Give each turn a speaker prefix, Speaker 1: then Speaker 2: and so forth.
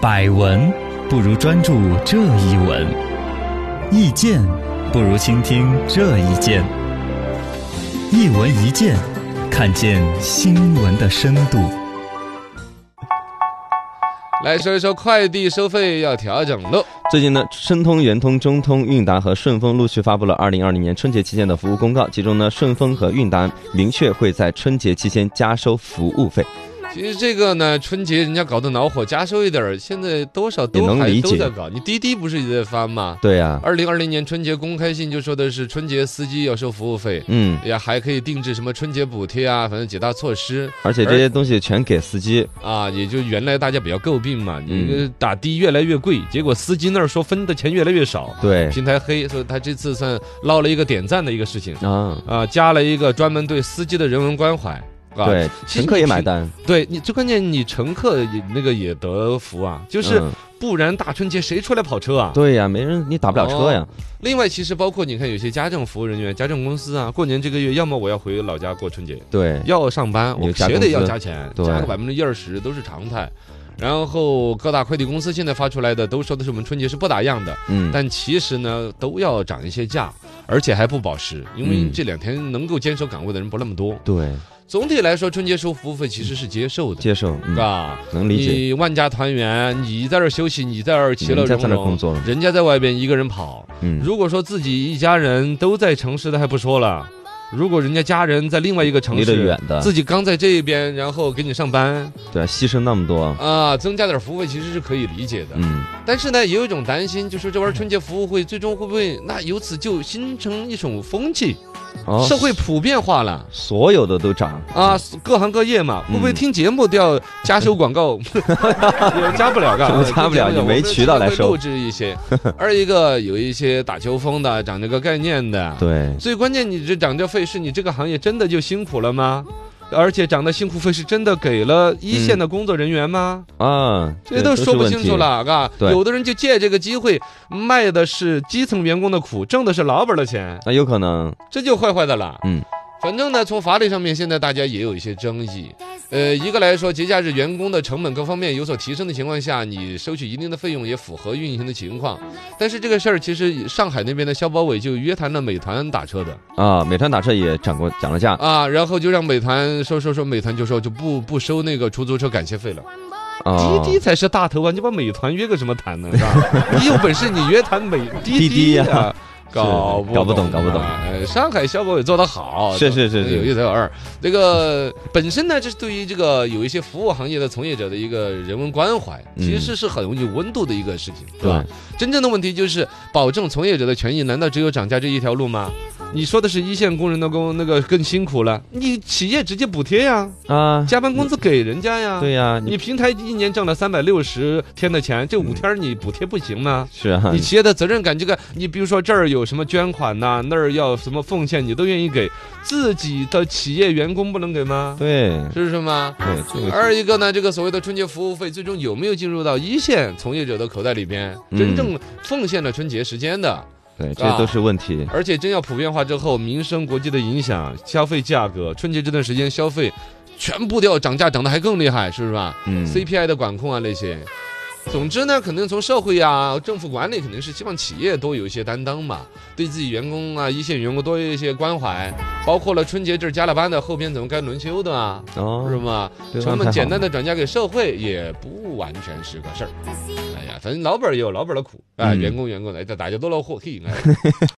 Speaker 1: 百闻不如专注这一闻，意见不如倾听这一见。一闻一见，看见新闻的深度。
Speaker 2: 来说一说快递收费要调整喽。
Speaker 3: 最近呢，申通、圆通、中通、韵达和顺丰陆续发布了二零二零年春节期间的服务公告，其中呢，顺丰和韵达明确会在春节期间加收服务费，
Speaker 2: 其实这个呢，春节人家搞得恼火，加收一点儿，现在多少
Speaker 3: 也
Speaker 2: 都
Speaker 3: 能
Speaker 2: 还
Speaker 3: 理
Speaker 2: 都
Speaker 3: 解
Speaker 2: 在搞。你滴滴不是也在发吗？
Speaker 3: 对啊，
Speaker 2: 二零二零年春节公开信就说的是春节司机要收服务费，
Speaker 3: 嗯，
Speaker 2: 呀，还可以定制什么春节补贴啊，反正几大措施
Speaker 3: 而且这些东西全给司机，
Speaker 2: 啊，也就原来大家比较诟病嘛，你
Speaker 3: 嗯
Speaker 2: 这个打的越来越贵，结果司机那儿说分的钱越来越少，
Speaker 3: 对
Speaker 2: 平台黑，所以他这次算捞了一个点赞的一个事情
Speaker 3: 啊，
Speaker 2: 啊，加了一个专门对司机的人文关怀啊，
Speaker 3: 对，
Speaker 2: 其实
Speaker 3: 乘客也
Speaker 2: 你
Speaker 3: 买
Speaker 2: 挺
Speaker 3: 单，
Speaker 2: 对你最关键，你乘客也那个也得福啊，就是
Speaker 3: 嗯
Speaker 2: 不然大春节谁出来跑车啊？
Speaker 3: 对呀，没人你打不了车
Speaker 2: 哦
Speaker 3: 呀，
Speaker 2: 另外，其实包括你看有些家政服务人员、家政公司啊，过年这个月要么我要回老家过春节，
Speaker 3: 对，
Speaker 2: 要上班，
Speaker 3: 有
Speaker 2: 我
Speaker 3: 加
Speaker 2: 绝
Speaker 3: 工
Speaker 2: 对要
Speaker 3: 资
Speaker 2: 加钱，
Speaker 3: 对
Speaker 2: 加个百分之一二十都是常态。然后各大快递公司现在发出来的都说的是我们春节是不打烊的，
Speaker 3: 嗯，
Speaker 2: 但其实呢都要涨一些价，而且还不保时，因为
Speaker 3: 嗯
Speaker 2: 这两天能够坚守岗位的人不那么多。
Speaker 3: 对，
Speaker 2: 总体来说，春节收服务费其实是接受的，
Speaker 3: 接受，
Speaker 2: 是
Speaker 3: 嗯，
Speaker 2: 吧？
Speaker 3: 能理解，
Speaker 2: 你万家团圆，你在这儿休息，你在这儿其乐
Speaker 3: 人家
Speaker 2: 融
Speaker 3: 嗯在那儿工
Speaker 2: 融，
Speaker 3: 作，
Speaker 2: 人家在外边一个人跑。
Speaker 3: 嗯，
Speaker 2: 如果说自己一家人都在城市的还不说了，如果人家家人在另外一个城
Speaker 3: 离得
Speaker 2: 市
Speaker 3: 远，啊的，
Speaker 2: 自己刚在这边，然后给你上班
Speaker 3: 对啊，牺牲那么多，
Speaker 2: 啊，增加点服务费其实是可以理解的。
Speaker 3: 嗯，
Speaker 2: 但是呢，也有一种担心，就是这玩意儿春节服务费最终会不会那由此就形成一种风气，
Speaker 3: 哦，
Speaker 2: 社会普遍化了。
Speaker 3: 所有的都涨，
Speaker 2: 啊，各行各业嘛，会不会
Speaker 3: 嗯
Speaker 2: 听节目都要加收广 告？也加不 了，
Speaker 3: 什
Speaker 2: 嘎
Speaker 3: 么加不了你没渠道来收
Speaker 2: 我们这边会录制一些，二一个有一些打秋风的，讲这个概念的。
Speaker 3: 对，
Speaker 2: 最关键，你这涨这费是你这个行业真的就辛苦了吗？而且涨的辛苦费是真的给了一线的工作人员吗？
Speaker 3: 啊，
Speaker 2: 这都
Speaker 3: 嗯是
Speaker 2: 说不
Speaker 3: 问
Speaker 2: 清
Speaker 3: 题
Speaker 2: 楚，了，嘎。
Speaker 3: 对
Speaker 2: 有的人就借这个机会卖的是基层员工的苦，挣的是老板的钱。
Speaker 3: 那有可能，
Speaker 2: 这就坏坏的了。
Speaker 3: 嗯，
Speaker 2: 反正呢，从法律上面现在大家也有一些争议。呃，一个来说，节假日员工的成本各方面有所提升的情况下，你收取一定的费用也符合运行的情况。但是这个事儿，其实上海那边的消保委就约谈了美团打车的
Speaker 3: 啊，美团打车也涨过涨了价
Speaker 2: 啊，然后就让美团说说说，美团就说就不不收那个出租车感谢费了。
Speaker 3: 啊，
Speaker 2: 滴滴才是大头啊！你把美团约个什么谈呢？是吧 你有本事你约谈美滴
Speaker 3: 滴滴
Speaker 2: 啊
Speaker 3: 呀！
Speaker 2: 搞
Speaker 3: 是搞不
Speaker 2: 懂，
Speaker 3: 懂搞不懂
Speaker 2: 哎上海消保也做得好，
Speaker 3: 是是是是
Speaker 2: 有一得二。这个本身呢，这是对于这个有一些服务行业的从业者的一个人文关怀，
Speaker 3: 嗯
Speaker 2: 其实是很有温度的一个事情，是吧
Speaker 3: 对？，
Speaker 2: 真正的问题就是保证从业者的权益，难道只有涨价这一条路吗？你说的是一线工人的工那个更辛苦了，你企业直接补贴呀，
Speaker 3: 啊，
Speaker 2: 加班工资给人家呀，
Speaker 3: 对呀，
Speaker 2: 你平台一年挣了三百六十天的钱，
Speaker 3: 嗯
Speaker 2: 这五天儿你补贴不行吗？
Speaker 3: 是啊
Speaker 2: 你，企业的责任感，这个你比如说这儿有什么捐款呐、那儿要什么奉献，你都愿意给，自己的企业员工不能给吗？
Speaker 3: 对
Speaker 2: 是不是吗？
Speaker 3: 对，这个
Speaker 2: 二一个呢，这个所谓的春节服务费，最终有没有进入到一线从业者的口袋里边，
Speaker 3: 嗯
Speaker 2: 真正奉献了春节时间的，
Speaker 3: 对，这都是问题，
Speaker 2: 而且真要普遍化之后，民生国际的影响，消费价格，春节这段时间消费全部都要涨价，涨得还更厉害，是不是吧？
Speaker 3: 嗯，
Speaker 2: CPI 的管控啊那些。总之呢，可能从社会啊、政府管理，肯定是希望企业多有一些担当嘛，对自己员工啊、一线员工多一些关怀，包括了春节这儿加了班的，后边怎么该轮休的啊，是
Speaker 3: 哦，
Speaker 2: 吗？
Speaker 3: 对
Speaker 2: 成本简单
Speaker 3: 的
Speaker 2: 的转嫁给社会，也不完全是个事儿。哎呀，反正老板儿也有老板儿的苦啊，
Speaker 3: 嗯
Speaker 2: 员工员工的，哎大家都恼火，嘿，哎